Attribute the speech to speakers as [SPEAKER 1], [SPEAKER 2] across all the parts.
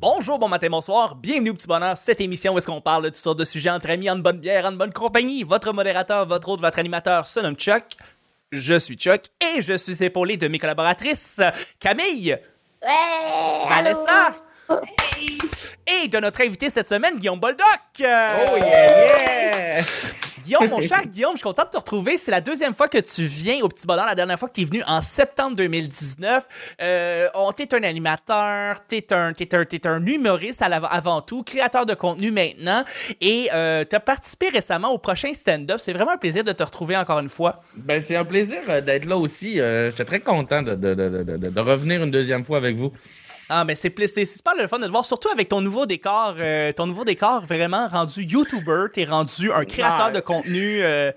[SPEAKER 1] Bonjour, bon matin, bonsoir, bienvenue au Petit Bonheur, cette émission où est-ce qu'on parle de toutes sortes de sujets entre amis, en bonne bière, en bonne compagnie. Votre modérateur, votre hôte, votre animateur se nomme Chuck. Je suis Chuck et je suis épaulé de mes collaboratrices Camille,
[SPEAKER 2] Ouais!
[SPEAKER 1] Vanessa et de notre invité cette semaine, Guillaume Boldoc. Oh yeah, yeah! Guillaume, mon cher Guillaume, je suis content de te retrouver. C'est la deuxième fois que tu viens au Petit Bonheur, la dernière fois que tu es venu en septembre 2019. Euh, on- t'es un animateur, t'es un, t'es un, t'es un humoriste à l'av- avant tout, créateur de contenu maintenant, et euh, t'as participé récemment au prochain stand-up. C'est vraiment un plaisir de te retrouver encore une fois.
[SPEAKER 3] Ben, c'est un plaisir euh, d'être là aussi. Euh, J'étais très content de, de- de- de- de- de revenir une deuxième fois avec vous.
[SPEAKER 1] Ah, mais c'est pla- c'est c'est super le fun de te voir, surtout avec ton nouveau décor, euh, ton nouveau décor vraiment rendu YouTuber, t'es rendu un créateur
[SPEAKER 3] Ouais.
[SPEAKER 1] de contenu, euh,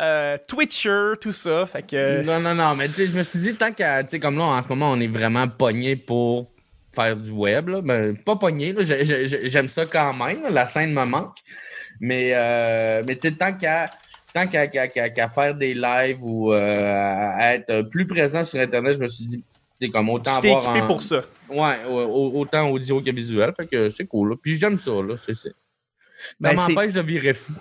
[SPEAKER 1] euh, Twitcher, tout ça. Fait que.
[SPEAKER 3] Non, non, non, mais tu sais, je me suis dit, tant qu'à. Tu sais, comme là, en ce moment, on est vraiment pogné pour faire du web. Là. Ben, pas pogné, là, j'ai- j'ai- j'ai- j'aime ça quand même. là, La scène me manque. Mais, euh, mais tu sais, tant qu'à. Tant qu'à qu'à- qu'à- qu'à faire des lives ou euh, à être plus présent sur Internet, je me suis dit, tu sais, comme autant
[SPEAKER 1] Tu t'es
[SPEAKER 3] avoir
[SPEAKER 1] équipé
[SPEAKER 3] un-
[SPEAKER 1] pour ça.
[SPEAKER 3] Ouais, au- au- autant audio que visuel. Fait que c'est cool. là. Puis j'aime ça, là. C'est, c'est- Ça
[SPEAKER 1] Ben, c'est-
[SPEAKER 3] m'empêche de virer fou.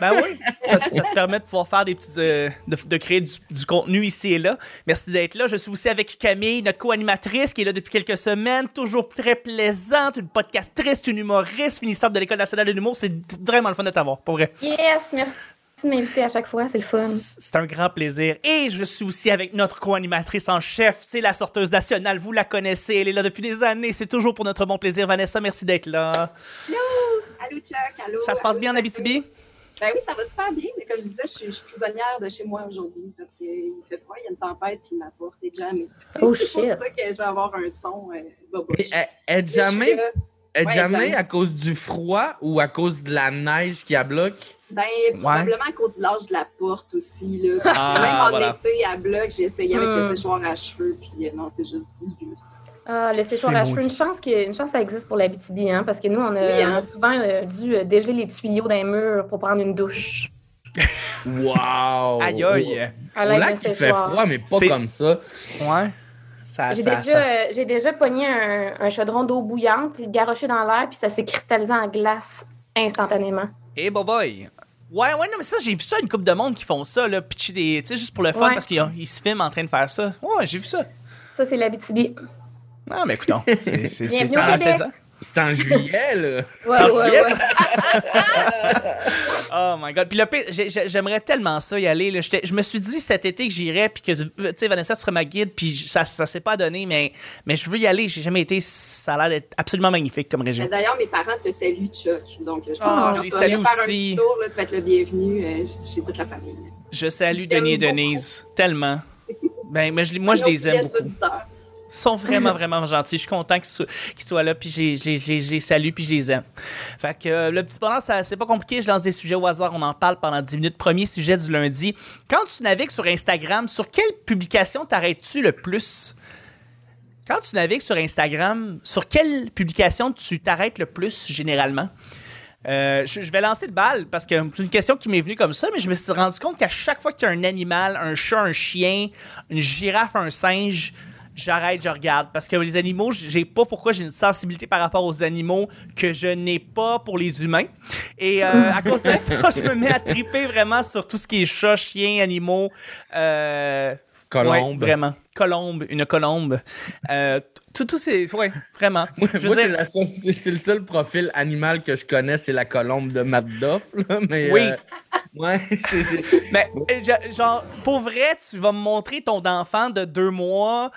[SPEAKER 1] Ben oui, ça, ça te permet de pouvoir faire des petits. euh, de, de créer du, du contenu ici et là. Merci d'être là. Je suis aussi avec Camille, notre co-animatrice, qui est là depuis quelques semaines. Toujours très plaisante, une podcastrice, une humoriste, ministère de l'École nationale de l'humour. C'est vraiment le fun de t'avoir, pour vrai.
[SPEAKER 2] Yes! Merci de m'inviter à chaque fois, c'est le fun.
[SPEAKER 1] C'est un grand plaisir. Et je suis aussi avec notre co-animatrice en chef, c'est la sorteuse nationale, vous la connaissez, elle est là depuis des années, c'est toujours pour notre bon plaisir. Vanessa, merci d'être là.
[SPEAKER 4] Allô, Chuck. Allô.
[SPEAKER 1] Ça se passe bien en Abitibi?
[SPEAKER 4] Ben oui, ça va super bien, mais comme je disais, je suis, je suis prisonnière de chez moi aujourd'hui parce qu'il fait froid, il y a une tempête, puis ma porte est jamais.
[SPEAKER 2] Oh,
[SPEAKER 4] C'est pour
[SPEAKER 2] shit.
[SPEAKER 4] ça que je vais avoir un son euh, boboche.
[SPEAKER 3] Mais elle- elle
[SPEAKER 4] Je suis
[SPEAKER 3] jamais,
[SPEAKER 4] là.
[SPEAKER 3] elle
[SPEAKER 4] ouais,
[SPEAKER 3] jamais
[SPEAKER 4] jamais.
[SPEAKER 3] à cause du froid ou à cause de la neige qui la bloque.
[SPEAKER 4] Ben, probablement à cause de l'âge de la porte aussi. Là, parce que
[SPEAKER 1] Ah,
[SPEAKER 4] même en
[SPEAKER 1] voilà.
[SPEAKER 4] été, à bloc, j'ai essayé avec
[SPEAKER 2] Hmm.
[SPEAKER 4] le séchoir à cheveux, puis euh, non, c'est juste du vieux. ça.
[SPEAKER 2] Ah, le séchoir
[SPEAKER 1] C'est
[SPEAKER 2] à cheveux,
[SPEAKER 1] maudit.
[SPEAKER 2] une chance, que, une chance que ça existe pour la BTB, hein, parce que nous, on a,
[SPEAKER 4] Oui, hein.
[SPEAKER 2] on a souvent euh, dû euh, dégeler les tuyaux d'un mur pour prendre une douche.
[SPEAKER 3] Wow!
[SPEAKER 1] Aïe aïe! Ah,
[SPEAKER 2] À
[SPEAKER 3] Au
[SPEAKER 2] l'aide d'un
[SPEAKER 3] lac, il fait
[SPEAKER 2] séchoir.
[SPEAKER 3] froid, mais pas
[SPEAKER 1] C'est-
[SPEAKER 3] comme ça.
[SPEAKER 1] Ouais. Ça,
[SPEAKER 2] J'ai
[SPEAKER 1] ça-
[SPEAKER 2] déjà,
[SPEAKER 1] ça-
[SPEAKER 2] euh, j'ai déjà pogné un, un chaudron d'eau bouillante, garoché dans l'air, puis ça s'est cristallisé en glace instantanément.
[SPEAKER 1] Eh, hey, boy! Ouais, ouais, non, mais ça, j'ai vu ça, une coupe de monde qui font ça, là, pitcher des. Tu sais, juste pour le fun,
[SPEAKER 2] Ouais.
[SPEAKER 1] parce qu'ils ont- ils se filment en train de faire ça. Ouais, j'ai vu ça.
[SPEAKER 2] Ça, c'est la BTB.
[SPEAKER 1] Non, mais écoutons, c'est c'est- c'est-
[SPEAKER 2] Bienvenue
[SPEAKER 1] ça
[SPEAKER 2] au
[SPEAKER 1] rend
[SPEAKER 2] Québec. Ah,
[SPEAKER 1] plaisant.
[SPEAKER 3] C'est en juillet, là.
[SPEAKER 1] Ça rend plaisant. Oh my god. Puis le pire, j'ai- j'ai- j'aimerais tellement ça y aller. là. J'étais- Je me suis dit cet été que j'irais, puis que tu tu sais, Vanessa serait ma guide, puis j- ça, ça s'est pas donné, mais, mais je veux y aller. J'ai jamais été. Ça a l'air d'être absolument magnifique comme
[SPEAKER 4] Ben,
[SPEAKER 1] région.
[SPEAKER 4] D'ailleurs, mes parents te saluent, Chuck. Donc, euh, je pense
[SPEAKER 1] Ah, je
[SPEAKER 4] que quand
[SPEAKER 1] les
[SPEAKER 4] tu vas venir
[SPEAKER 1] salue
[SPEAKER 4] faire un
[SPEAKER 1] aussi.
[SPEAKER 4] petit tour, là, tu vas être le bienvenu euh, chez toute la famille.
[SPEAKER 1] Je salue
[SPEAKER 4] J'aime
[SPEAKER 1] Denis et Denise tellement. Ben, mais je- moi, je
[SPEAKER 4] Nos
[SPEAKER 1] les aime
[SPEAKER 4] fidèles
[SPEAKER 1] beaucoup.
[SPEAKER 4] auditeurs.
[SPEAKER 1] Ils sont vraiment, vraiment gentils. Je suis content qu'ils soient, qu'ils soient là, puis j'ai- j'ai- j'ai j'ai salué, puis je les aime. Fait que euh, le petit bonheur, ça- c'est pas compliqué. Je lance des sujets au hasard, on en parle pendant 10 minutes. Premier sujet du lundi. Quand tu navigues sur Instagram, sur quelle publication t'arrêtes-tu le plus? Quand tu navigues sur Instagram, sur quelle publication tu t'arrêtes le plus généralement? Euh, je, je vais lancer de balle parce que c'est une question qui m'est venue comme ça, mais je me suis rendu compte qu'à chaque fois qu'il y a un animal, un chat, un chien, une girafe, un singe, j'arrête, je regarde. Parce que les animaux, j'ai pas pourquoi j'ai une sensibilité par rapport aux animaux que je n'ai pas pour les humains. Et euh, à cause de ça, je me mets à triper vraiment sur tout ce qui est chat, chien, animaux. Euh, ouais,
[SPEAKER 3] Colombe.
[SPEAKER 1] vraiment. Colombe, une colombe. Euh, tout, tout, c'est. Ouais, vraiment.
[SPEAKER 3] Moi,
[SPEAKER 1] Je
[SPEAKER 3] moi,
[SPEAKER 1] veux
[SPEAKER 3] c'est,
[SPEAKER 1] dire-
[SPEAKER 3] la seule- c'est- c'est le seul profil animal que je connais, c'est la colombe de Matt Duff. là, mais,
[SPEAKER 1] Oui.
[SPEAKER 3] euh, ouais, c'est, c'est-
[SPEAKER 1] Mais euh, je- genre, pour vrai, tu vas me montrer ton enfant de deux mois.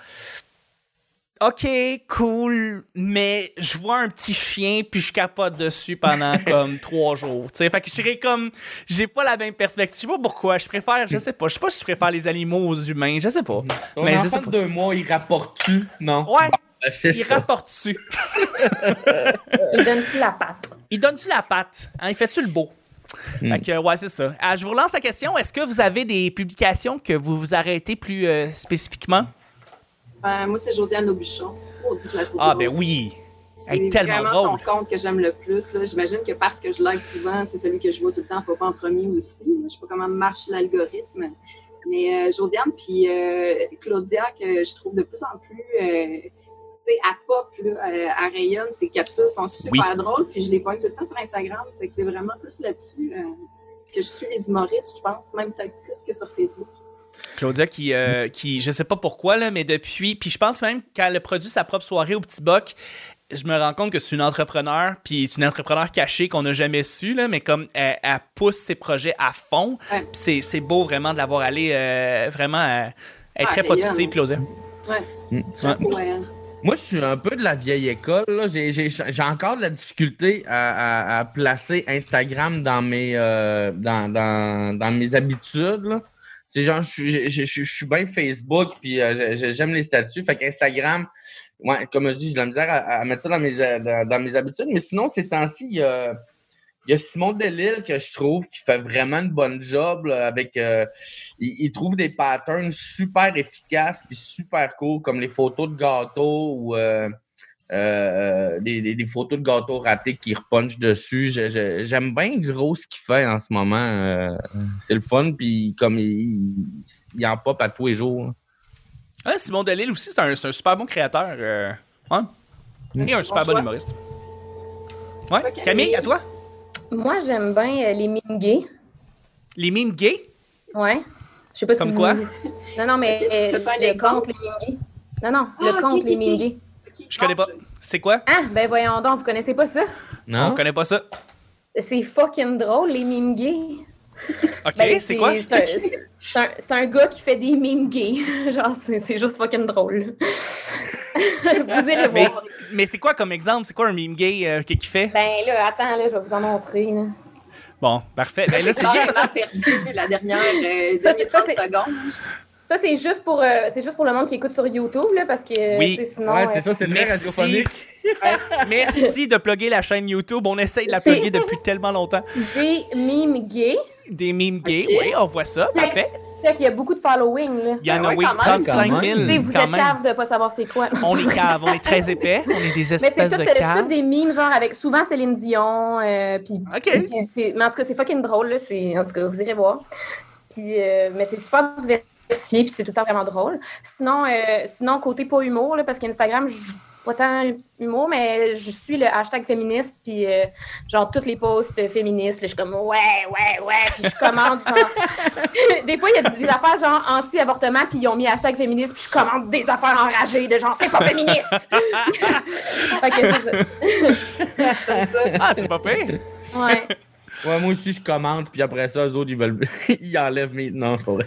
[SPEAKER 1] Ok, cool, mais je vois un petit chien puis je capote dessus pendant comme trois jours. Tu sais, fait que je dirais comme j'ai pas la même perspective. Je sais pas pourquoi. Je préfère, je sais pas. Je sais pas si je préfère les animaux aux humains. Je sais pas.
[SPEAKER 3] Ton
[SPEAKER 1] mais je sais pas.
[SPEAKER 3] enfant de deux mois, il rapporte-tu? Non.
[SPEAKER 1] Ouais,
[SPEAKER 3] Bon, ben, c'est
[SPEAKER 1] il
[SPEAKER 3] ça.
[SPEAKER 1] rapporte dessus.
[SPEAKER 2] Il donne-tu la patte?
[SPEAKER 1] Il donne-tu la patte? Hein, il fait-tu le beau?
[SPEAKER 3] Mm.
[SPEAKER 1] Fait que, ouais, c'est ça. Ah, je vous relance la question. Est-ce que vous avez des publications que vous vous arrêtez plus euh, spécifiquement?
[SPEAKER 4] Ben, moi, c'est Josiane Aubuchon. Oh, du plateau.
[SPEAKER 1] Ah, ben oui.
[SPEAKER 4] C'est
[SPEAKER 1] Elle est tellement
[SPEAKER 4] vraiment
[SPEAKER 1] drôle.
[SPEAKER 4] son compte que j'aime le plus. là. J'imagine que parce que je like souvent, c'est celui que je vois tout le temps, pas en premier aussi. là. Je sais pas comment marche l'algorithme. Mais euh, Josiane puis euh, Claudia, que je trouve de plus en plus euh, tu sais, à pop, là, euh, à rayonne, ces capsules sont super
[SPEAKER 1] Oui.
[SPEAKER 4] drôles, puis je les pointe tout le temps sur Instagram. Fait que c'est vraiment plus là-dessus euh, que je suis les humoristes, je pense, même peut-être plus que sur Facebook.
[SPEAKER 1] Claudia qui, euh, qui je sais pas pourquoi, là, mais depuis, puis je pense même quand elle a produit sa propre soirée au Petit Boc, je me rends compte que c'est une entrepreneur, puis c'est une entrepreneur cachée qu'on n'a jamais su, là, mais comme elle, elle pousse ses projets à fond,
[SPEAKER 4] Ouais.
[SPEAKER 1] puis c'est- c'est beau vraiment de l'avoir allée, euh, vraiment, euh, elle est
[SPEAKER 4] Ah,
[SPEAKER 1] très
[SPEAKER 4] mais
[SPEAKER 1] productive,
[SPEAKER 4] là,
[SPEAKER 1] Claudia.
[SPEAKER 4] Ouais,
[SPEAKER 1] Ouais.
[SPEAKER 4] pour euh, elle.
[SPEAKER 3] Moi, je suis un peu de la vieille école. là. J'ai j'ai- j'ai encore de la difficulté à, à- à placer Instagram dans mes, euh, dans, dans- dans mes habitudes. là. C'est genre, je suis- je je- je- je suis bien Facebook, puis euh, je- je- j'aime les statuts. Fait qu'Instagram, ouais, comme je dis, j'ai de la misère à, à mettre ça dans mes, euh, dans, dans mes habitudes. Mais sinon, ces temps-ci, il y a, il y a Simon Delille que je trouve qui fait vraiment une bonne job là, avec. euh, il, il trouve des patterns super efficaces puis super cool, comme les photos de gâteaux ou euh, euh, les, les- les photos de gâteaux ratés qui repunchent dessus. Je- je- J'aime bien gros ce qu'il fait en ce moment. euh, C'est le fun, puis comme il, il en pop à tous les jours.
[SPEAKER 1] Ouais, Ah, Simon Delille aussi, c'est un, c'est un super bon créateur. euh, ouais. Et un super bon
[SPEAKER 4] choix.
[SPEAKER 1] humoriste. Ouais.
[SPEAKER 4] Ok.
[SPEAKER 1] Camille, à toi?
[SPEAKER 2] Moi, j'aime bien euh, les mimes gays.
[SPEAKER 1] Les mimes gays?
[SPEAKER 2] Ouais. Je sais pas
[SPEAKER 1] Comme
[SPEAKER 2] si
[SPEAKER 1] quoi?
[SPEAKER 2] vous- Non, non, mais
[SPEAKER 4] Ok,
[SPEAKER 2] euh,
[SPEAKER 4] t'as-tu un
[SPEAKER 2] le
[SPEAKER 4] exemple?
[SPEAKER 2] compte, les mimes gays. Non, non,
[SPEAKER 4] Ah,
[SPEAKER 2] le
[SPEAKER 4] ok,
[SPEAKER 2] compte,
[SPEAKER 4] ok,
[SPEAKER 2] les
[SPEAKER 4] ok.
[SPEAKER 2] mimes gays.
[SPEAKER 4] Ok,
[SPEAKER 1] Je
[SPEAKER 4] non,
[SPEAKER 1] connais pas. C'est quoi?
[SPEAKER 2] Ah, ben voyons donc, vous connaissez pas ça?
[SPEAKER 1] On
[SPEAKER 3] Non?
[SPEAKER 1] connaît pas ça.
[SPEAKER 2] C'est fucking drôle, les mimes gays.
[SPEAKER 1] OK,
[SPEAKER 2] Ben,
[SPEAKER 1] c'est quoi?
[SPEAKER 2] C'est un, c'est un- c'est un gars qui fait des mimes gays. Genre, c'est c'est juste fucking drôle. vous irez
[SPEAKER 1] Mais,
[SPEAKER 2] voir.
[SPEAKER 1] mais c'est quoi comme exemple? C'est quoi un mime gay euh, qui qui fait?
[SPEAKER 2] Ben là, attends, là, je vais vous en montrer. là.
[SPEAKER 1] Bon, parfait. Ben là,
[SPEAKER 4] J'ai
[SPEAKER 1] c'est bien parce
[SPEAKER 4] carrément
[SPEAKER 1] que...
[SPEAKER 4] Ah, perdu la dernière euh,
[SPEAKER 2] Ça,
[SPEAKER 4] dernière
[SPEAKER 2] c'est- ça,
[SPEAKER 4] 30
[SPEAKER 2] c'est-
[SPEAKER 4] secondes.
[SPEAKER 2] Ça, c'est juste, pour, euh, c'est juste pour le monde qui écoute sur YouTube, là, parce que
[SPEAKER 1] Oui.
[SPEAKER 2] tu sais, sinon.
[SPEAKER 3] Ouais,
[SPEAKER 2] euh,
[SPEAKER 3] c'est ça, c'est très
[SPEAKER 1] Merci.
[SPEAKER 3] radiophonique.
[SPEAKER 1] Merci de plugger la chaîne YouTube. On essaye de la
[SPEAKER 2] C'est-
[SPEAKER 1] plugger depuis tellement longtemps.
[SPEAKER 2] euh, Des mimes gays.
[SPEAKER 1] Des mimes gays,
[SPEAKER 4] Ok.
[SPEAKER 1] oui, on voit ça.
[SPEAKER 2] Check.
[SPEAKER 1] Parfait.
[SPEAKER 2] Check, il y a beaucoup de following. Là.
[SPEAKER 1] Il y en
[SPEAKER 4] Ben
[SPEAKER 1] a,
[SPEAKER 4] ouais,
[SPEAKER 1] oui,
[SPEAKER 4] quand même.
[SPEAKER 1] 35 000
[SPEAKER 3] Quand même.
[SPEAKER 2] Tu sais, vous
[SPEAKER 1] Hmm, quand
[SPEAKER 2] êtes
[SPEAKER 1] même.
[SPEAKER 2] cave de pas savoir c'est quoi.
[SPEAKER 1] On est cave, on est très épais, on est des
[SPEAKER 2] Mais c'est
[SPEAKER 1] espèces
[SPEAKER 2] tout,
[SPEAKER 1] de
[SPEAKER 2] euh, c'est
[SPEAKER 1] caves.
[SPEAKER 2] tout des mimes, genre avec souvent Céline Dion. euh, puis,
[SPEAKER 1] OK.
[SPEAKER 2] puis c'est- mais en tout cas, c'est fucking drôle. Là, c'est, en tout cas, vous irez voir. Puis, euh, mais c'est super diversifié, puis c'est tout le temps vraiment drôle. Sinon, euh, sinon côté pas humour, là, parce qu'Instagram, je pas tant humour, mais je suis le hashtag féministe, puis euh, genre toutes les posts féministes, là, je suis comme ouais, ouais, ouais, puis je commande. genre... des fois, il y a des affaires genre anti-avortement, puis ils ont mis hashtag féministe, puis je commande des affaires enragées de genre c'est pas féministe. Fait que c'est ça.
[SPEAKER 4] Comme ça.
[SPEAKER 1] Ah, c'est pas pire.
[SPEAKER 2] Ouais.
[SPEAKER 3] Ouais, moi aussi, je commente, puis après ça, eux autres, ils veulent. ils enlèvent mes. Non, c'est pas vrai.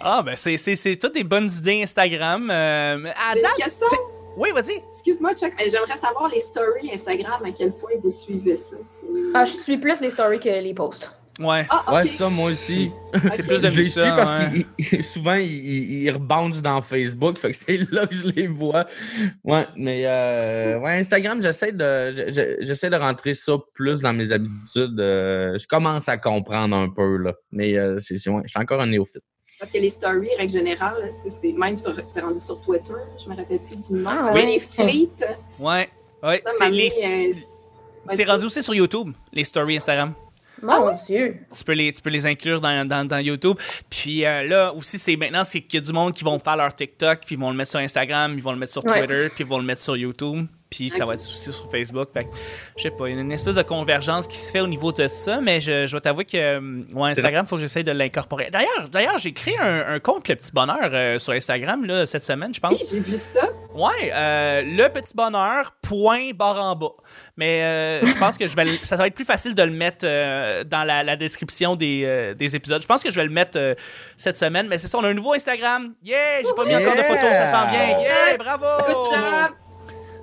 [SPEAKER 1] Ah, ben, c'est- c'est c'est toutes des bonnes idées Instagram. Euh, à
[SPEAKER 4] J'ai une
[SPEAKER 1] date-
[SPEAKER 4] question.
[SPEAKER 1] Oui, vas-y.
[SPEAKER 4] Excuse-moi, Chuck, mais j'aimerais savoir les stories Instagram, à quel point vous suivez ça. C'est-
[SPEAKER 2] Ah, je suis plus les stories que les posts.
[SPEAKER 1] Ouais.
[SPEAKER 4] Ah, ok.
[SPEAKER 3] Ouais, ça, moi aussi.
[SPEAKER 1] C'est
[SPEAKER 4] Ok.
[SPEAKER 1] plus de
[SPEAKER 3] je les suis
[SPEAKER 1] ça, hein.
[SPEAKER 3] parce
[SPEAKER 1] ouais.
[SPEAKER 3] qu'ils souvent ils, ils- ils rebondissent dans Facebook, fait que c'est là que je les vois. Ouais, mais euh, ouais, Instagram, j'essaie de je- je- j'essaie de rentrer ça plus dans mes habitudes. euh, je commence à comprendre un peu là, mais euh, c'est c'est- ouais, je suis encore un néophyte.
[SPEAKER 4] Parce que les stories, règle générale, là, tu sais, c'est même sur, c'est rendu sur Twitter, je me rappelle plus du nom.
[SPEAKER 2] Ah,
[SPEAKER 4] c'est
[SPEAKER 2] oui.
[SPEAKER 4] Les fleets,
[SPEAKER 1] Ouais. Ouais.
[SPEAKER 4] ça
[SPEAKER 1] C'est
[SPEAKER 4] m'a
[SPEAKER 1] les-
[SPEAKER 4] mis, euh,
[SPEAKER 1] c'est rendu aussi sur YouTube, les stories Instagram.
[SPEAKER 2] Mon Dieu.
[SPEAKER 1] tu peux les, tu peux les inclure dans, dans, dans YouTube. Puis euh, là aussi, c'est maintenant, c'est qu'il y a du monde qui vont faire leur TikTok, puis ils vont le mettre sur Instagram, ils vont le mettre sur
[SPEAKER 2] Ouais.
[SPEAKER 1] Twitter, puis ils vont le mettre sur YouTube. Puis ça
[SPEAKER 4] Ok.
[SPEAKER 1] va être aussi sur Facebook. Fait que, je sais pas, il y a une espèce de convergence qui se fait au niveau de ça, mais je, je vais t'avouer que euh, ouais, Instagram, faut que j'essaye de l'incorporer. D'ailleurs, d'ailleurs, j'ai créé un, un compte Le Petit Bonheur euh, sur Instagram là, cette semaine, je pense.
[SPEAKER 4] Oui, j'ai vu ça.
[SPEAKER 1] Ouais, euh, le petit bonheur, point barre en bas. Mais euh, je pense que je vais, le- ça va être plus facile de le mettre euh, dans la, la description des, euh, des épisodes. Je pense que je vais le mettre euh, cette semaine. Mais c'est ça, on a un nouveau Instagram. Yeah, j'ai pas mis encore de photos, ça s'en vient. Yeah,
[SPEAKER 4] Good
[SPEAKER 1] bravo.
[SPEAKER 4] job.
[SPEAKER 1] Oh.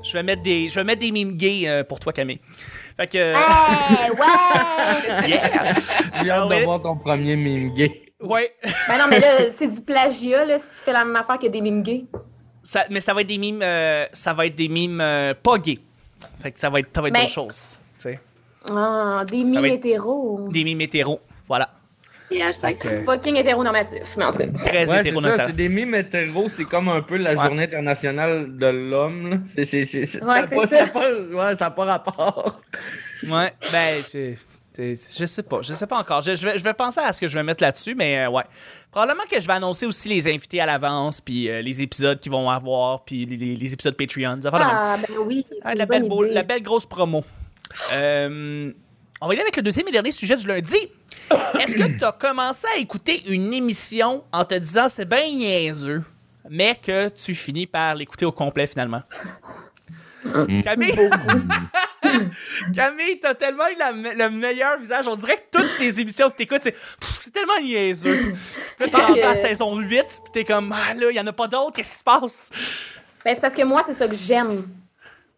[SPEAKER 1] Je vais mettre des, je vais mettre des mimes gays euh, pour toi, Camille. Fait que euh,
[SPEAKER 2] Hey, ouais!
[SPEAKER 1] Ah. yeah.
[SPEAKER 3] J'ai hâte
[SPEAKER 1] ouais.
[SPEAKER 3] de voir ton premier meme gay.
[SPEAKER 1] ben ouais.
[SPEAKER 2] ben non, mais là, c'est du plagiat, là, si tu fais la même affaire que des mimes gays.
[SPEAKER 1] Ça- mais ça va être des mimes, euh, ça va être des mimes euh, pas gays. Fait que ça va être, ça va être
[SPEAKER 2] Mais-
[SPEAKER 1] d'autres choses. tu sais.
[SPEAKER 2] Ah, des mimes
[SPEAKER 1] va être-
[SPEAKER 2] hétéros.
[SPEAKER 1] Des mimes hétéros, voilà.
[SPEAKER 4] Et hashtag
[SPEAKER 2] Fucking hétéronormatifs, mais en tout cas.
[SPEAKER 1] Très
[SPEAKER 3] Ouais, c'est ça,
[SPEAKER 1] hétéronormatif.
[SPEAKER 3] c'est des mimes hétéros, c'est comme un peu la
[SPEAKER 1] Ouais.
[SPEAKER 3] journée internationale de l'homme. là. C'est c'est- c'est- ça
[SPEAKER 2] Ouais,
[SPEAKER 3] a
[SPEAKER 2] c'est
[SPEAKER 3] pas-
[SPEAKER 2] ça.
[SPEAKER 3] ça a pas- ouais, ça n'a pas rapport.
[SPEAKER 1] Ouais, ben, c'est- C'était- Je sais pas. Je sais pas encore. Je, je vais, je vais penser à ce que je vais mettre là-dessus, mais euh, ouais. Probablement que je vais annoncer aussi les invités à l'avance, puis euh, les épisodes qu'ils vont avoir, puis les, les- les épisodes Patreon. Ça va de même.
[SPEAKER 2] Ah, ben oui. c'est
[SPEAKER 1] Ah,
[SPEAKER 2] une
[SPEAKER 1] la, belle
[SPEAKER 2] bonne
[SPEAKER 1] beau-
[SPEAKER 2] idée.
[SPEAKER 1] la belle grosse promo. Euh, on va y aller avec le deuxième et dernier sujet du lundi. Est-ce que tu as commencé à écouter une émission en te disant c'est bien niaiseux, mais que tu finis par l'écouter au complet finalement? Camille, Camille, t'as tellement eu la me- le meilleur visage. On dirait que toutes tes émissions que t'écoutes, c'est Pff, c'est tellement niaiseux. Puis t'es rendu à la saison 8, puis t'es comme, ah là, il en a pas d'autres, qu'est-ce qui se passe?
[SPEAKER 2] Ben, c'est parce que moi, c'est ça que j'aime.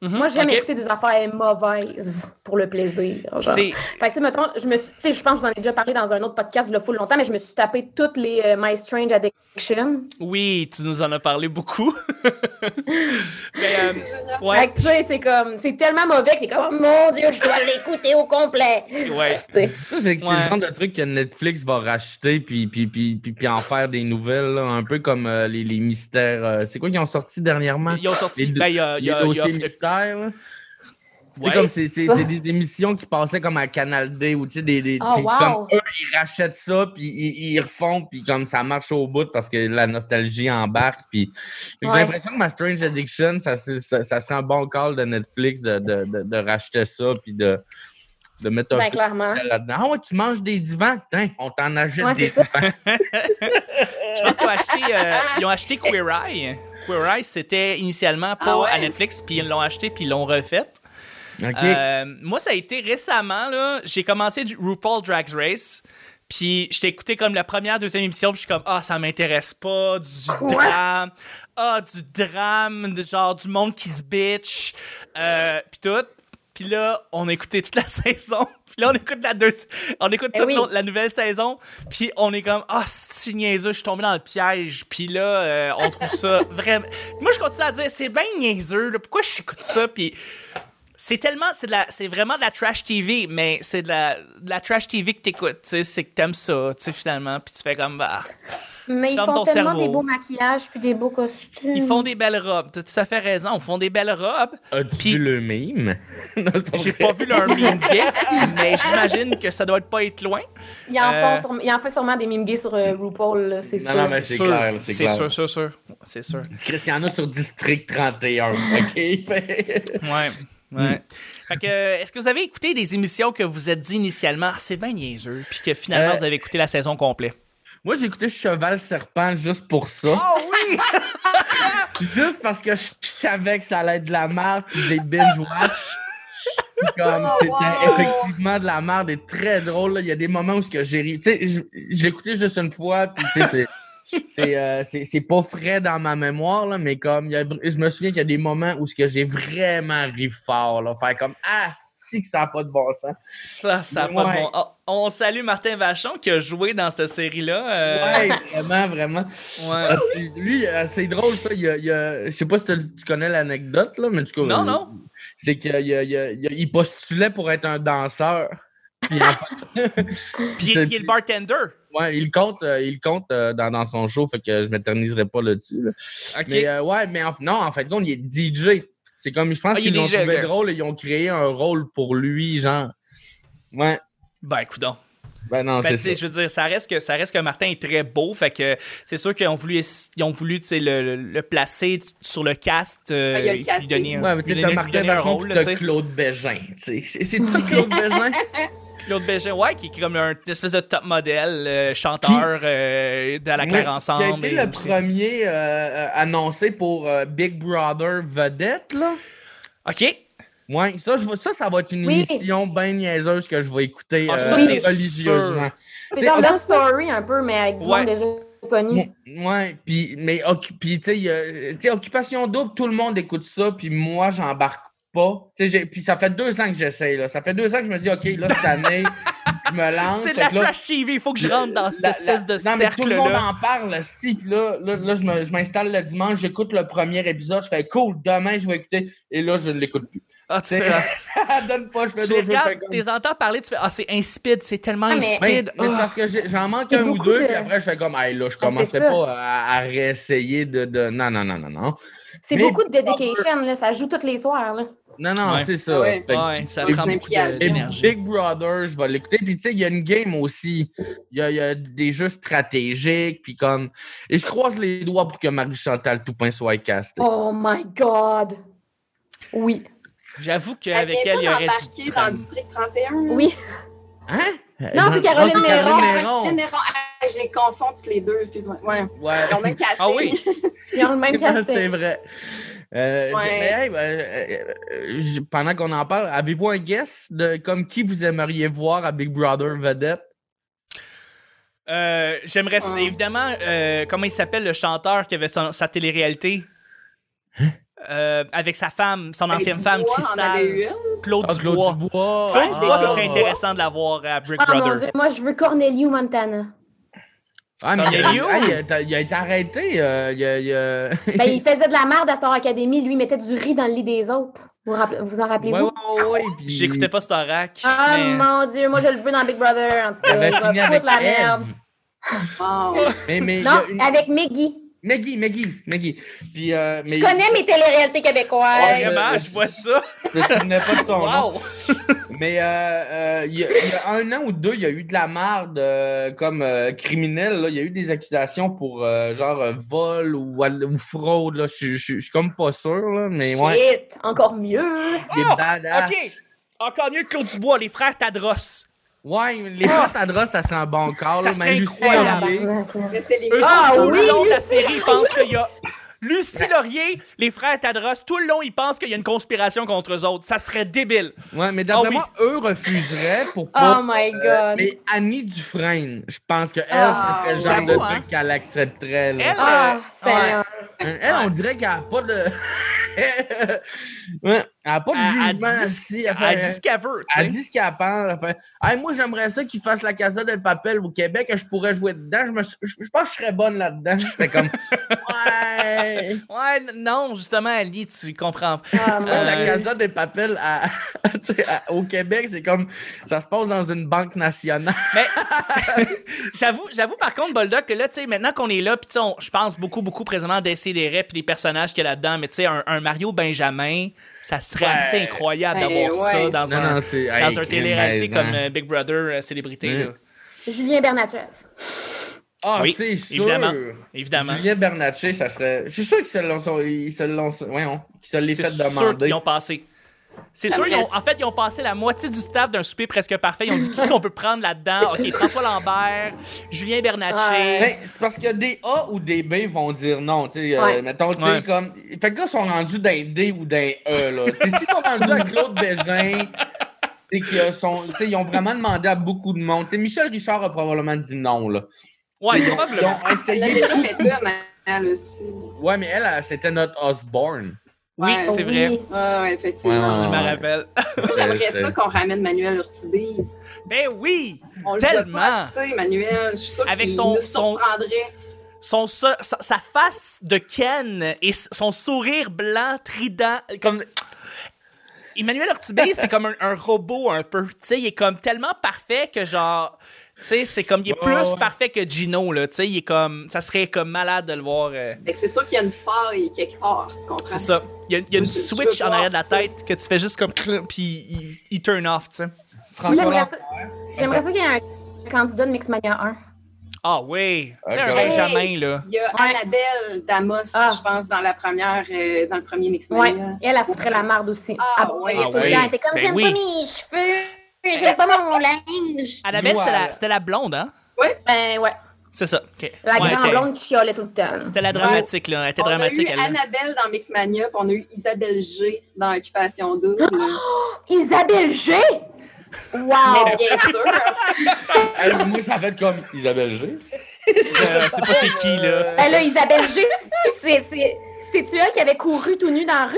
[SPEAKER 2] Moi, j'aime
[SPEAKER 1] ok.
[SPEAKER 2] écouter des affaires mauvaises pour le plaisir. genre.
[SPEAKER 1] C'est-
[SPEAKER 2] Fait que, tu sais, mettons, je me suis- tu sais, je pense que vous en ai déjà parlé dans un autre podcast, le full longtemps, mais je me suis tapé toutes les euh, My Strange Addiction.
[SPEAKER 1] Oui, tu nous en as parlé beaucoup. Mais, euh,
[SPEAKER 4] C'est génial.
[SPEAKER 1] ouais,
[SPEAKER 2] Fait que, tu sais, c'est comme, c'est tellement mauvais que t'es comme, oh, mon Dieu, je dois l'écouter au complet.
[SPEAKER 1] ouais.
[SPEAKER 2] Tu sais.
[SPEAKER 3] Ça, c'est que c'est
[SPEAKER 1] Ouais.
[SPEAKER 3] le genre de truc que Netflix va racheter puis, puis, puis, puis, puis en faire des nouvelles, là, un peu comme euh, les, les mystères. euh, c'est quoi qu'ils ont sorti dernièrement?
[SPEAKER 1] Ils ont sorti.
[SPEAKER 3] Les do-
[SPEAKER 1] ben, il y a, il y
[SPEAKER 3] les
[SPEAKER 1] a- il y a-
[SPEAKER 3] dossiers mystères. là. Tu sais,
[SPEAKER 1] Ouais.
[SPEAKER 3] comme c'est, c'est-
[SPEAKER 2] Ah.
[SPEAKER 3] c'est des émissions qui passaient comme à Canal D ou tu sais, des, des-
[SPEAKER 2] Oh,
[SPEAKER 3] puis
[SPEAKER 2] wow.
[SPEAKER 3] comme eux, ils rachètent ça, puis ils, ils refont, puis comme ça marche au bout parce que la nostalgie embarque. Puis... Fait que
[SPEAKER 2] Ouais.
[SPEAKER 3] J'ai l'impression que ma Strange Addiction, ça, c'est- ça, ça serait un bon call de Netflix de, de, de, de racheter ça, puis de, de mettre un
[SPEAKER 2] Ben,
[SPEAKER 3] peu
[SPEAKER 2] clairement.
[SPEAKER 3] de là-dedans. Ah ouais, tu manges des divans? Tiens, on t'en achète
[SPEAKER 2] Ouais,
[SPEAKER 3] des
[SPEAKER 2] c'est
[SPEAKER 3] divans.
[SPEAKER 1] Je pense qu'ils ont acheté, euh, ils ont acheté Queer Eye. Queer Eye, c'était initialement pas
[SPEAKER 4] Ah ouais?
[SPEAKER 1] à Netflix, puis ils l'ont acheté, puis ils l'ont refait.
[SPEAKER 3] OK.
[SPEAKER 1] Euh, moi, ça a été récemment, là, j'ai commencé du RuPaul Drag Race. Puis je t'ai écouté comme la première, deuxième émission, puis je suis comme, ah, ça m'intéresse pas, du drame, ah, du drame, de genre du monde qui se bitch, euh, puis tout. Puis là, on a écouté toute la saison, puis là, on écoute la deux, on écoute
[SPEAKER 2] Eh
[SPEAKER 1] toute
[SPEAKER 2] oui.
[SPEAKER 1] l'autre- la nouvelle saison, puis on est comme, ah, c'est niaiseux, je suis tombé dans le piège, puis là, euh, on trouve ça vraiment. Moi, je continue à dire, c'est bien niaiseux, là, pourquoi je écoute ça, puis c'est tellement c'est de la c'est vraiment de la trash TV mais c'est de la, de la trash TV que t'écoutes tu sais c'est que t'aimes ça tu sais finalement puis tu fais comme bah
[SPEAKER 2] Mais
[SPEAKER 1] Tu
[SPEAKER 2] ils
[SPEAKER 1] fermes ton
[SPEAKER 2] font tellement
[SPEAKER 1] cerveau.
[SPEAKER 2] des beaux maquillages puis des beaux costumes.
[SPEAKER 1] ils font des belles robes t'as tout à fait raison ils font des belles robes
[SPEAKER 3] As-tu
[SPEAKER 1] puis-
[SPEAKER 3] vu le mime? Non, c'est pas
[SPEAKER 1] j'ai
[SPEAKER 3] vrai.
[SPEAKER 1] pas vu leur meme yet, mais j'imagine que ça doit être pas être loin
[SPEAKER 2] Ils en,
[SPEAKER 1] Euh,
[SPEAKER 2] font sûrement- ils en font sûrement des mimes gays sur euh, RuPaul, là, c'est
[SPEAKER 3] Non,
[SPEAKER 2] sûr.
[SPEAKER 3] non, mais- c'est
[SPEAKER 1] sûr
[SPEAKER 3] clair, c'est
[SPEAKER 1] c'est
[SPEAKER 3] clair.
[SPEAKER 1] sûr c'est sûr c'est sûr
[SPEAKER 3] Chris, il y en a sur District 31, OK? Fait-
[SPEAKER 1] ouais ouais
[SPEAKER 3] Hmm.
[SPEAKER 1] fait que euh, est-ce que vous avez écouté des émissions que vous êtes dit initialement Ah, c'est bien niaiseux puis que finalement
[SPEAKER 3] Euh,
[SPEAKER 1] vous avez écouté la saison complète
[SPEAKER 3] Moi, j'ai écouté Cheval Serpent juste pour ça.
[SPEAKER 4] Ah
[SPEAKER 1] oh oui
[SPEAKER 3] Juste parce que je savais que ça allait être de la merde, puis j'ai binge-watch. Puis Comme
[SPEAKER 4] Oh,
[SPEAKER 3] c'était
[SPEAKER 4] wow.
[SPEAKER 3] effectivement de la merde et très drôle. là. Il y a des moments où ce que j'ai ri. Tu sais, je, je l'ai écouté juste une fois, puis tu sais, c'est. C'est, euh, c'est, c'est pas frais dans ma mémoire, là, mais comme il y a- je me souviens qu'il y a des moments où ce que j'ai vraiment ri fort, là, faire comme Ah, si que ça n'a pas de bon sens.
[SPEAKER 1] Ça, ça a
[SPEAKER 3] Mais
[SPEAKER 1] pas de
[SPEAKER 3] ouais.
[SPEAKER 1] bon. Ah, on salue Martin Vachon qui a joué dans cette série-là. euh,
[SPEAKER 3] Ouais, vraiment, vraiment.
[SPEAKER 1] ouais.
[SPEAKER 3] Ah, c'est- lui, euh, c'est drôle ça. Il, y a- il y a- je sais pas si tu, tu connais l'anecdote, là, mais du coup.
[SPEAKER 1] Non,
[SPEAKER 3] euh,
[SPEAKER 1] non.
[SPEAKER 3] C'est qu'il y a- il y a- il y a- il y a- il postulait pour être un danseur. Puis en fait,
[SPEAKER 1] Puis il- il est le bartender.
[SPEAKER 3] ouais, il compte, euh, il compte euh, dans, dans son show, fait que je m'éterniserai pas là-dessus. là.
[SPEAKER 1] OK.
[SPEAKER 3] Mais euh, ouais, mais en- non, en fait, non, il est DJ. C'est comme, je pense
[SPEAKER 1] Ah, il est
[SPEAKER 3] qu'ils l'ont
[SPEAKER 1] DJ,
[SPEAKER 3] trouvé
[SPEAKER 1] ok.
[SPEAKER 3] drôle et ils ont créé un rôle pour lui, genre. Ouais,
[SPEAKER 1] Ben, écoute donc.
[SPEAKER 3] ben non,
[SPEAKER 1] Ben, tu
[SPEAKER 3] c'est
[SPEAKER 1] sais,
[SPEAKER 3] ça.
[SPEAKER 1] je veux dire, ça reste, que, ça reste que Martin est très beau. Fait que c'est sûr qu'ils ont voulu, ess- ils ont voulu tu sais, le, le- le placer t- sur le cast. euh,
[SPEAKER 4] Ah, il y a le
[SPEAKER 1] et puis
[SPEAKER 4] casting.
[SPEAKER 1] donner un-
[SPEAKER 3] Ouais, mais tu
[SPEAKER 1] lui
[SPEAKER 3] sais,
[SPEAKER 1] donner-
[SPEAKER 3] t'as
[SPEAKER 1] lui
[SPEAKER 3] Martin
[SPEAKER 1] donner un
[SPEAKER 3] Vachon
[SPEAKER 1] rôle,
[SPEAKER 3] pis
[SPEAKER 1] là,
[SPEAKER 3] t'as
[SPEAKER 1] tu sais.
[SPEAKER 3] Claude Bégin, tu sais. C'est- C'est ça, Claude Bégin?
[SPEAKER 1] Claude Bégin, ouais, qui est comme un une espèce de top modèle, euh, chanteur euh, de la claire
[SPEAKER 3] Oui,
[SPEAKER 1] ensemble.
[SPEAKER 3] Qui a
[SPEAKER 1] et
[SPEAKER 3] été le
[SPEAKER 1] aussi-
[SPEAKER 3] premier euh, euh, annoncé pour euh, Big Brother Vedette, là.
[SPEAKER 1] OK.
[SPEAKER 3] Ouais, ça, je vais- ça, ça va être une
[SPEAKER 2] Oui.
[SPEAKER 3] émission bien niaiseuse que je vais écouter
[SPEAKER 1] Ah, ça,
[SPEAKER 3] euh,
[SPEAKER 1] c'est
[SPEAKER 3] religieusement.
[SPEAKER 2] C'est
[SPEAKER 3] C'est-
[SPEAKER 2] genre Love Story un peu, mais avec du
[SPEAKER 1] Ouais.
[SPEAKER 2] monde déjà connu.
[SPEAKER 3] Ouais, puis mais occu- puis, tu sais, il y a- tu sais, occupation double, tout le monde écoute ça, puis moi j'embarque pas. Tu sais, j'ai- puis ça fait deux ans que j'essaye là. Ça fait deux ans que je me dis ok là cette année, je me lance.
[SPEAKER 1] C'est de
[SPEAKER 3] Fait
[SPEAKER 1] la
[SPEAKER 3] que là,
[SPEAKER 1] Flash TV. Il faut que je rentre dans cette
[SPEAKER 3] La- la-
[SPEAKER 1] espèce de
[SPEAKER 3] non, mais tout le monde
[SPEAKER 1] cercle-là.
[SPEAKER 3] en parle, si. Puis là, là, là, je me- je m'installe le dimanche, j'écoute le premier épisode, je fais cool, demain je vais écouter, et là, je ne l'écoute plus.
[SPEAKER 1] Ah, tu
[SPEAKER 3] Tu sais,
[SPEAKER 1] sais,
[SPEAKER 3] ça donne pas, je fais
[SPEAKER 1] tu les
[SPEAKER 3] d'autres choses, je fais
[SPEAKER 1] regardes,
[SPEAKER 3] comme-
[SPEAKER 1] tu les entends parler, tu fais Ah, c'est insipide, c'est tellement
[SPEAKER 2] Ah, mais-
[SPEAKER 3] Mais,
[SPEAKER 1] insipide.
[SPEAKER 3] mais c'est
[SPEAKER 1] Ah.
[SPEAKER 3] parce que j'ai- j'en manque
[SPEAKER 2] C'est
[SPEAKER 3] un ou
[SPEAKER 2] beaucoup
[SPEAKER 3] deux,
[SPEAKER 2] de-
[SPEAKER 3] puis après, je fais comme, hey, là, je
[SPEAKER 2] Ah,
[SPEAKER 3] commencerai
[SPEAKER 2] c'est ça.
[SPEAKER 3] pas à, à réessayer de, de- Non, non, non, non, non.
[SPEAKER 2] C'est
[SPEAKER 3] Mais-
[SPEAKER 2] beaucoup de dedication, là, ça joue tous les soirs. Là.
[SPEAKER 3] Non, non,
[SPEAKER 1] Ouais.
[SPEAKER 3] c'est
[SPEAKER 2] Ah
[SPEAKER 3] ça.
[SPEAKER 4] Ouais.
[SPEAKER 3] Fait que-
[SPEAKER 1] Ouais, ça
[SPEAKER 4] Ouais,
[SPEAKER 1] prend beaucoup
[SPEAKER 4] c'est implication.
[SPEAKER 1] de-
[SPEAKER 4] Et
[SPEAKER 3] Et
[SPEAKER 1] d'énergie.
[SPEAKER 3] Big Brother, je vais l'écouter. Puis tu sais, il y a une game aussi. Il y a, il y a des jeux stratégiques. Puis comme. Et je croise les doigts pour que Marie-Chantal Toupin soit castée.
[SPEAKER 2] Oh my God! Oui.
[SPEAKER 1] J'avoue
[SPEAKER 4] Elle
[SPEAKER 1] qu'avec
[SPEAKER 4] vient
[SPEAKER 1] elle, il y
[SPEAKER 4] pas
[SPEAKER 1] aurait
[SPEAKER 4] d'embarquer
[SPEAKER 1] du
[SPEAKER 4] dans
[SPEAKER 1] drame.
[SPEAKER 4] le district 31. là.
[SPEAKER 2] Oui.
[SPEAKER 3] Hein?
[SPEAKER 2] Non, c'est Caroline
[SPEAKER 3] c'est
[SPEAKER 2] Néron.
[SPEAKER 4] Caroline Néron. Ah, je les confonds toutes les deux, excuse-moi. Ouais. Ils ont
[SPEAKER 3] Ouais.
[SPEAKER 4] même cassé.
[SPEAKER 1] Ah oui?
[SPEAKER 2] Ils ont le même
[SPEAKER 3] Non, c'est
[SPEAKER 2] casting.
[SPEAKER 3] vrai. Euh,
[SPEAKER 4] Ouais.
[SPEAKER 3] mais, hey, ben, euh, euh, j- pendant qu'on en parle, avez-vous un guess de comme qui vous aimeriez voir à Big Brother vedette?
[SPEAKER 1] Euh, J'aimerais
[SPEAKER 4] Ouais.
[SPEAKER 1] évidemment euh, comment il s'appelle le chanteur qui avait son- sa télé-réalité
[SPEAKER 3] Hein?
[SPEAKER 1] Euh, avec sa femme, son ancienne
[SPEAKER 4] Ben,
[SPEAKER 1] femme,
[SPEAKER 4] Dubois en avait eu
[SPEAKER 1] Christelle,
[SPEAKER 4] une.
[SPEAKER 1] Claude
[SPEAKER 3] Ah,
[SPEAKER 1] Dubois.
[SPEAKER 3] Dubois. Ah,
[SPEAKER 1] Claude
[SPEAKER 4] Ouais,
[SPEAKER 1] Dubois,
[SPEAKER 4] c'est
[SPEAKER 1] ce serait
[SPEAKER 4] Claude
[SPEAKER 1] intéressant de la voir à Brick
[SPEAKER 2] Oh mon Dieu,
[SPEAKER 1] Brother.
[SPEAKER 2] moi je veux Cornelio Montana.
[SPEAKER 3] Ah, mais,
[SPEAKER 1] Cornelio.
[SPEAKER 3] hey, il, a, été- il a été arrêté. euh, il a- il a-
[SPEAKER 2] Ben, il faisait de la merde à Star Academy. Lui, il mettait du riz dans le lit des autres. Vous rappel- vous en rappelez-vous?
[SPEAKER 3] Ouais, ouais, ouais, puis-
[SPEAKER 1] J'écoutais pas Storac.
[SPEAKER 2] Ah
[SPEAKER 1] mais-
[SPEAKER 2] mon Dieu, moi je le veux dans Big Brother. En tout cas,
[SPEAKER 3] Elle avait
[SPEAKER 2] il va
[SPEAKER 3] fini
[SPEAKER 2] foutre
[SPEAKER 3] avec
[SPEAKER 2] la
[SPEAKER 3] Ève.
[SPEAKER 2] merde.
[SPEAKER 4] Wow.
[SPEAKER 3] Mais, mais il y
[SPEAKER 2] Non,
[SPEAKER 3] a une-
[SPEAKER 2] avec Miggy.
[SPEAKER 3] Maggie, Maggie, Maggie. Puis, euh, mais
[SPEAKER 2] Je connais mes téléréalités québécoises.
[SPEAKER 3] Ouais.
[SPEAKER 1] Vraiment,
[SPEAKER 3] Euh,
[SPEAKER 1] je vois ça.
[SPEAKER 3] je me souvenais pas de son nom.
[SPEAKER 1] Wow!
[SPEAKER 3] Mais euh, euh, il y, a- il y a un an ou deux, il y a eu de la marde euh, comme euh, criminel. là. Il y a eu des accusations pour euh, genre euh, vol ou, ou fraude. Là. Je, suis- je suis- je suis comme pas sûr, là, mais ouais.
[SPEAKER 2] Shit, encore mieux.
[SPEAKER 3] Des
[SPEAKER 1] Oh,
[SPEAKER 3] badass.
[SPEAKER 1] ok. Encore mieux que Claude Dubois, les frères Tadros.
[SPEAKER 3] Ouais, les potes à droite, ça serait un bon corps.
[SPEAKER 1] Ah! Ça
[SPEAKER 3] là,
[SPEAKER 1] serait
[SPEAKER 3] mais Lucie
[SPEAKER 2] Ouais,
[SPEAKER 1] incroyable.
[SPEAKER 3] Ollier,
[SPEAKER 2] tabarnak, là.
[SPEAKER 4] Mais c'est les
[SPEAKER 1] Eux
[SPEAKER 2] Ah,
[SPEAKER 1] autres, tout
[SPEAKER 2] oui,
[SPEAKER 1] le long de la
[SPEAKER 2] Lucie
[SPEAKER 1] série, ils pensent qu'il y a. Lucie Laurier, les frères Tadros, tout le long, ils pensent qu'il y a une conspiration contre eux autres. Ça serait débile.
[SPEAKER 3] Ouais, mais d'après
[SPEAKER 1] Ah oui.
[SPEAKER 3] moi, eux refuseraient pour
[SPEAKER 2] Oh
[SPEAKER 3] pas.
[SPEAKER 2] my god.
[SPEAKER 3] Euh, mais Annie Dufresne, je pense que elle,
[SPEAKER 2] Ah,
[SPEAKER 3] ce serait le genre de
[SPEAKER 1] j'avoue, hein.
[SPEAKER 3] truc qu'elle accepterait. là.
[SPEAKER 1] Elle,
[SPEAKER 2] Ah, Seigneur.
[SPEAKER 3] Euh, Elle, on dirait qu'elle n'a pas de. Ouais, elle n'a pas de
[SPEAKER 1] Elle- elle
[SPEAKER 3] jugement
[SPEAKER 1] dit-
[SPEAKER 3] assis.
[SPEAKER 1] euh,
[SPEAKER 3] Elle,
[SPEAKER 1] elle
[SPEAKER 3] fait-
[SPEAKER 1] dit ce qu'elle veut, tu
[SPEAKER 3] elle
[SPEAKER 1] sais.
[SPEAKER 3] dit ce qu'elle pense. Elle fait, Hey, moi, j'aimerais ça qu'ils fassent la Casa del Papel au Québec et je pourrais jouer dedans. Je, me suis- je- je pense que je serais bonne là-dedans. Je fais comme. Ouais.
[SPEAKER 1] Ouais, n- non, justement, Ali, tu comprends.
[SPEAKER 2] Ah, mon
[SPEAKER 1] Euh,
[SPEAKER 3] La
[SPEAKER 2] Dieu.
[SPEAKER 3] Casa del Papel à- tu sais, à- au Québec, c'est comme. Ça se passe dans une banque nationale.
[SPEAKER 1] Mais j'avoue, j'avoue par contre, Boldoc, que là, tu sais, maintenant qu'on est là, puis tu sais, on- je pense beaucoup, beaucoup présentement à Décideret puis les personnages qu'il y a là-dedans, mais tu sais, un, un Mario Benjamin, ça serait
[SPEAKER 3] Ouais.
[SPEAKER 1] assez incroyable
[SPEAKER 4] Ouais,
[SPEAKER 1] d'avoir
[SPEAKER 4] Ben ouais.
[SPEAKER 1] ça dans
[SPEAKER 3] Non,
[SPEAKER 1] un,
[SPEAKER 3] non, c'est- hey,
[SPEAKER 1] dans un télé-réalité
[SPEAKER 3] mais,
[SPEAKER 1] comme
[SPEAKER 3] hein.
[SPEAKER 1] euh, Big Brother euh, Célébrité.
[SPEAKER 3] Mm.
[SPEAKER 1] là.
[SPEAKER 2] Julien Bernatchez.
[SPEAKER 3] Ah,
[SPEAKER 1] Oui,
[SPEAKER 3] c'est sûr.
[SPEAKER 1] évidemment, Évidemment.
[SPEAKER 3] Julien Bernatchez, ça serait. Je suis sûr qu'ils se l'ont. Ils se l'ont. Voyons. Qu'ils se l'aient
[SPEAKER 1] C'est
[SPEAKER 3] fait
[SPEAKER 1] sûr
[SPEAKER 3] demander.
[SPEAKER 1] qu'ils ont passé. C'est
[SPEAKER 4] Ça
[SPEAKER 1] sûr,
[SPEAKER 4] me
[SPEAKER 1] ils ont-
[SPEAKER 4] reste-
[SPEAKER 1] en fait, ils ont passé la moitié du staff d'un souper presque parfait. Ils ont dit qui qu'on peut prendre là-dedans. OK, François Lambert, Julien Bernatchez.
[SPEAKER 2] Ouais.
[SPEAKER 3] Ben, c'est parce que des A ou des B vont dire non. tu sais, euh,
[SPEAKER 2] Ouais.
[SPEAKER 3] Mettons, tu sais,
[SPEAKER 1] Ouais.
[SPEAKER 3] comme. Fait que là, ils sont rendus d'un D ou d'un E. Là. Tu sais, S'ils sont rendus à Claude Bégin, et qu'ils sont, tu sais, ils ont vraiment demandé à beaucoup de monde. Tu sais, Michel Richard a probablement dit non. Là.
[SPEAKER 1] Ouais,
[SPEAKER 3] Ils
[SPEAKER 1] Ah, probablement.
[SPEAKER 3] ont
[SPEAKER 4] Elle Ah, a
[SPEAKER 3] essayé.
[SPEAKER 4] déjà fait une, elle, elle aussi.
[SPEAKER 3] Ouais, mais elle, elle, c'était notre Osborne.
[SPEAKER 1] Oui,
[SPEAKER 4] Ouais.
[SPEAKER 1] c'est vrai.
[SPEAKER 2] Oui.
[SPEAKER 4] Ah, ouais,
[SPEAKER 1] Je me
[SPEAKER 4] effectivement.
[SPEAKER 3] Ouais.
[SPEAKER 1] rappelle.
[SPEAKER 4] Moi, J'aimerais
[SPEAKER 3] C'est-
[SPEAKER 4] ça qu'on ramène Manuel Urtubise.
[SPEAKER 1] Ben oui!
[SPEAKER 4] On le
[SPEAKER 1] Tellement.
[SPEAKER 4] voit pas assez, Manuel. Je suis sûre
[SPEAKER 1] Avec
[SPEAKER 4] qu'il
[SPEAKER 1] son-
[SPEAKER 4] nous
[SPEAKER 1] son-
[SPEAKER 4] surprendrait.
[SPEAKER 1] Son, sa, sa- sa face de Ken et s- son sourire blanc trident, comme... Emmanuel Ortubé, c'est comme un, un robot un peu. Tu sais, il est comme tellement parfait que genre... Tu sais, c'est comme... Il est
[SPEAKER 3] Ouais,
[SPEAKER 1] plus
[SPEAKER 3] ouais.
[SPEAKER 1] parfait que Gino, là. Tu sais, il est comme... Ça serait comme malade de le voir... euh,
[SPEAKER 4] Fait que C'est sûr qu'il y a une faille quelque part, tu comprends?
[SPEAKER 1] C'est ça. Il y a, il y a une
[SPEAKER 4] Tu- tu
[SPEAKER 1] switch
[SPEAKER 4] veux
[SPEAKER 1] en
[SPEAKER 4] voir
[SPEAKER 1] arrière de la
[SPEAKER 4] ça.
[SPEAKER 1] tête que tu fais juste comme... clin, Puis il, il turn off, tu sais.
[SPEAKER 2] Moi,
[SPEAKER 3] François
[SPEAKER 2] J'aimerais
[SPEAKER 3] Lambert.
[SPEAKER 2] ça, j'aimerais ça qu'il y ait un candidat de Mixmania 1.
[SPEAKER 1] Ah oui! Tu sais, un
[SPEAKER 3] Ok.
[SPEAKER 1] Benjamin, là.
[SPEAKER 4] Il y a Annabelle Damos,
[SPEAKER 2] Ah.
[SPEAKER 4] je pense, dans la première, euh, dans le premier Next
[SPEAKER 2] Ouais.
[SPEAKER 4] Mania.
[SPEAKER 2] Elle, elle foutrait la merde aussi.
[SPEAKER 4] euh. Ah,
[SPEAKER 2] Elle
[SPEAKER 4] ouais.
[SPEAKER 2] broyait
[SPEAKER 1] Ah,
[SPEAKER 2] tout le
[SPEAKER 1] ouais.
[SPEAKER 2] temps. Elle était comme,
[SPEAKER 1] Ben
[SPEAKER 2] j'aime
[SPEAKER 1] oui.
[SPEAKER 2] pas mes cheveux, j'aime pas mon linge.
[SPEAKER 1] Annabelle,
[SPEAKER 3] Joue à-
[SPEAKER 1] c'était la, c'était la blonde, hein?
[SPEAKER 2] Ben ouais.
[SPEAKER 1] C'est ça. OK.
[SPEAKER 2] La
[SPEAKER 1] Ouais,
[SPEAKER 2] grande
[SPEAKER 1] ok.
[SPEAKER 2] blonde qui chiolait tout le temps.
[SPEAKER 1] C'était la dramatique, là. Elle était
[SPEAKER 4] On
[SPEAKER 1] dramatique,
[SPEAKER 4] a eu
[SPEAKER 1] elle. hein. là.
[SPEAKER 4] Annabelle dans Mixmania, puis on a eu Isabelle G dans Occupation Double.
[SPEAKER 2] Isabelle G!
[SPEAKER 4] Mais
[SPEAKER 2] Wow!
[SPEAKER 4] Ah, bien sûr,
[SPEAKER 3] Elle, moi, ça fait comme Isabelle G.
[SPEAKER 1] Euh, c'est pas c'est qui, là.
[SPEAKER 2] Ben là, Isabelle G, c'est- c'est- c'est-tu elle qui avait couru tout nu dans la rue?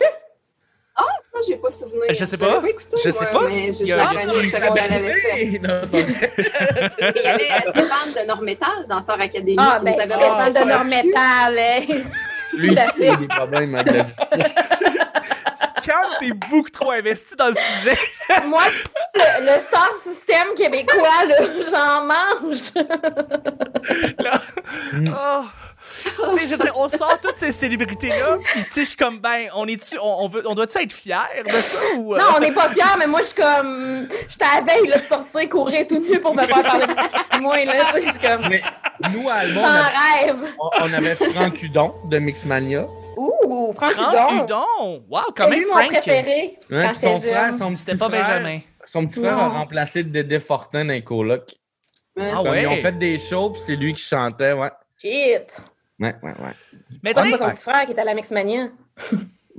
[SPEAKER 4] Ah, ça, j'ai pas souvenir.
[SPEAKER 1] Je sais
[SPEAKER 4] l'avais
[SPEAKER 1] pas.
[SPEAKER 4] écouté,
[SPEAKER 1] Je
[SPEAKER 4] moi,
[SPEAKER 1] sais pas.
[SPEAKER 4] Mais je,
[SPEAKER 1] Il y
[SPEAKER 4] je
[SPEAKER 1] a-
[SPEAKER 4] la
[SPEAKER 1] y a-tu
[SPEAKER 4] connais, je savais qu'elle avait fait.
[SPEAKER 3] Non, c'est pas vrai.
[SPEAKER 4] Et Il y avait euh, Stéphane de Normétal dans Sœur Académie.
[SPEAKER 2] Ah,
[SPEAKER 4] qui
[SPEAKER 2] ben,
[SPEAKER 4] nous avait
[SPEAKER 2] Stéphane
[SPEAKER 4] lancé
[SPEAKER 2] de
[SPEAKER 4] un cul.
[SPEAKER 2] Normétal, hein.
[SPEAKER 3] Lui aussi, il a des problèmes avec la justice.
[SPEAKER 1] Quand t'es beaucoup trop investi dans le sujet.
[SPEAKER 2] Moi, le, le star système termes québécois, là, j'en mange.
[SPEAKER 1] Oh. Tu sais, je veux dire, on sort toutes ces célébrités-là, puis tu sais, je suis comme, ben, on est-tu, on, on veut, on doit-tu être fiers de ça ou. euh,
[SPEAKER 2] Non, on n'est pas fiers, mais moi, je suis comme. J'étais à la veille là, de sortir, courir tout nu pour me faire parler de moi, là. tu sais, Je suis comme.
[SPEAKER 3] Mais nous, à Allemand,
[SPEAKER 2] En
[SPEAKER 3] on avait,
[SPEAKER 2] rêve.
[SPEAKER 3] on- on avait Franck Hudon de Mixmania. hein,
[SPEAKER 2] Ouh, Franck
[SPEAKER 1] Franck
[SPEAKER 2] Hudon.
[SPEAKER 1] Hudon! Wow, quand
[SPEAKER 2] C'est
[SPEAKER 1] même,
[SPEAKER 2] lui mon
[SPEAKER 1] Frank!
[SPEAKER 2] préféré.
[SPEAKER 3] Hein,
[SPEAKER 2] quand
[SPEAKER 3] puis son
[SPEAKER 2] j'étais jeune.
[SPEAKER 3] frère, son
[SPEAKER 1] C'était
[SPEAKER 3] petit
[SPEAKER 1] pas
[SPEAKER 3] frère-
[SPEAKER 1] Benjamin.
[SPEAKER 3] Son petit frère a
[SPEAKER 2] Non.
[SPEAKER 3] remplacé Dédé Fortin dans les colocs.
[SPEAKER 4] Ouais.
[SPEAKER 1] Ah
[SPEAKER 3] Comme
[SPEAKER 1] ouais?
[SPEAKER 3] Ils ont fait des shows, puis c'est lui qui chantait, ouais.
[SPEAKER 2] Shit.
[SPEAKER 3] Ouais, ouais, ouais.
[SPEAKER 1] Mais tu
[SPEAKER 2] C'est
[SPEAKER 1] sais,
[SPEAKER 2] pas son petit frère qui était à la Mixmania.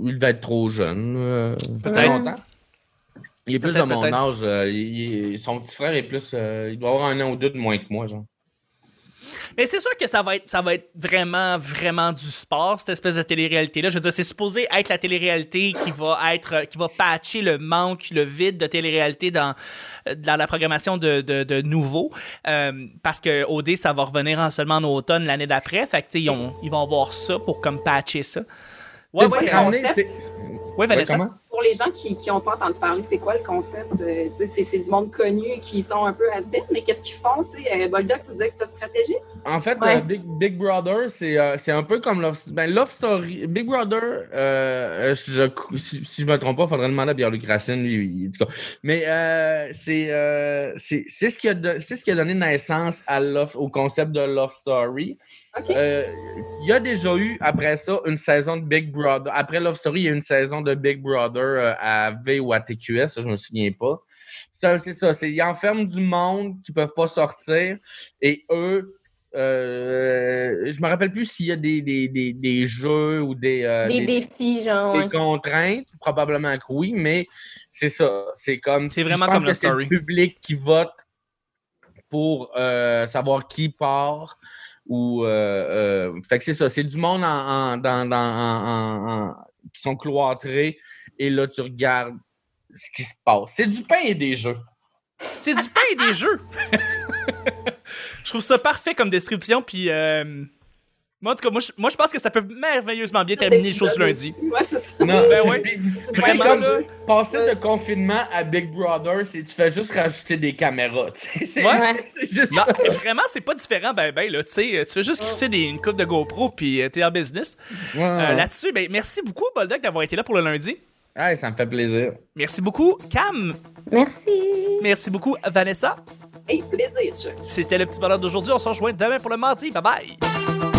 [SPEAKER 3] Il devait être trop jeune. euh,
[SPEAKER 1] Peut-être.
[SPEAKER 3] longtemps. Il est plus
[SPEAKER 1] Peut-être,
[SPEAKER 3] de mon
[SPEAKER 1] peut-être.
[SPEAKER 3] âge. euh, il- il- son petit frère est plus. euh, il doit avoir un an ou deux de moins que moi, genre.
[SPEAKER 1] mais c'est sûr que ça va être, ça va être vraiment, vraiment du sport, cette espèce de télé-réalité-là. Je veux dire, c'est supposé être la télé-réalité qui va être, euh, qui va patcher le manque, le vide de télé-réalité dans, euh, dans la programmation de, de, de nouveau. Euh, parce que OD, ça va revenir en seulement en automne l'année d'après. Fait que, tu sais, ils, ont- ils vont avoir ça pour comme patcher ça. Ouais,
[SPEAKER 3] C'est
[SPEAKER 1] ouais,
[SPEAKER 4] c'est-
[SPEAKER 3] ramené,
[SPEAKER 4] concept.
[SPEAKER 3] c'est-
[SPEAKER 1] ouais,
[SPEAKER 3] Ouais,
[SPEAKER 1] Vanessa.
[SPEAKER 3] comment?
[SPEAKER 4] Pour les gens qui n'ont pas entendu parler, c'est quoi le concept? euh, tu sais, c'est- c'est du monde connu qui sont un peu has mais qu'est-ce qu'ils font? tu sais? Euh, Boldoc, tu disais que c'était stratégique?
[SPEAKER 3] En fait,
[SPEAKER 2] Ouais.
[SPEAKER 3] euh, Big, Big Brother, c'est euh, c'est un peu comme Love, ben, Love Story. Big Brother, euh, euh, je- si, si je me trompe pas, il faudrait demander à Pierre-Luc Racine, lui. il- en tout cas. Mais euh, c'est euh, c'est- c'est ce, qui a don- c'est ce qui a donné naissance à Love- au concept de Love Story.
[SPEAKER 4] OK.
[SPEAKER 3] Euh, Il y a déjà eu, après ça, une saison de Big Brother. Après Love Story, il y a eu une saison de Big Brother euh, à V ou à TQS, ça, je me souviens pas. Ça, C'est ça, c'est ils enferment du monde qui peuvent pas sortir et eux, euh, je me rappelle plus s'il y a des, des, des, des jeux ou des, euh,
[SPEAKER 2] Des
[SPEAKER 3] des-
[SPEAKER 2] défis, genre. hein.
[SPEAKER 3] des
[SPEAKER 2] ouais.
[SPEAKER 3] contraintes, probablement que oui, mais c'est ça, c'est comme...
[SPEAKER 1] C'est vraiment
[SPEAKER 3] je pense
[SPEAKER 1] comme
[SPEAKER 3] que
[SPEAKER 1] Love
[SPEAKER 3] c'est
[SPEAKER 1] Story.
[SPEAKER 3] le public qui vote pour euh, savoir qui part ou... euh, euh, fait que c'est ça, c'est du monde en, en- dans, dans- en- en- en- qui sont cloîtrés et là, tu regardes ce qui se passe. C'est du pain et des jeux.
[SPEAKER 1] C'est du pain et des jeux. je trouve ça parfait comme description. Puis, euh, moi, en tout cas, moi, je, moi, je pense que ça peut merveilleusement bien terminer les choses du lundi.
[SPEAKER 4] Oui, c'est ça.
[SPEAKER 3] Non,
[SPEAKER 1] Ben ouais.
[SPEAKER 3] puis-
[SPEAKER 4] C'est
[SPEAKER 3] puis
[SPEAKER 4] pas
[SPEAKER 1] Vraiment,
[SPEAKER 3] comme-
[SPEAKER 1] là.
[SPEAKER 3] passer de confinement à Big Brother, c'est tu fais juste rajouter des caméras. tu sais. C'est
[SPEAKER 1] Ouais.
[SPEAKER 3] c'est juste
[SPEAKER 1] Non,
[SPEAKER 3] ça.
[SPEAKER 1] vraiment, c'est pas différent, ben, ben, là, tu sais, tu veux juste crisser des, une coupe de GoPro, puis euh, t'es en business. Euh,
[SPEAKER 3] Ah
[SPEAKER 1] Là-dessus, ben, merci beaucoup, Boldoc, d'avoir été là pour le lundi.
[SPEAKER 3] Ouais, ça me fait plaisir.
[SPEAKER 1] Merci beaucoup, Cam.
[SPEAKER 2] Merci.
[SPEAKER 1] Merci beaucoup, Vanessa.
[SPEAKER 4] Hey, plaisir, Chuck.
[SPEAKER 1] C'était le petit bonheur d'aujourd'hui. On se rejoint demain pour le mardi. Bye bye.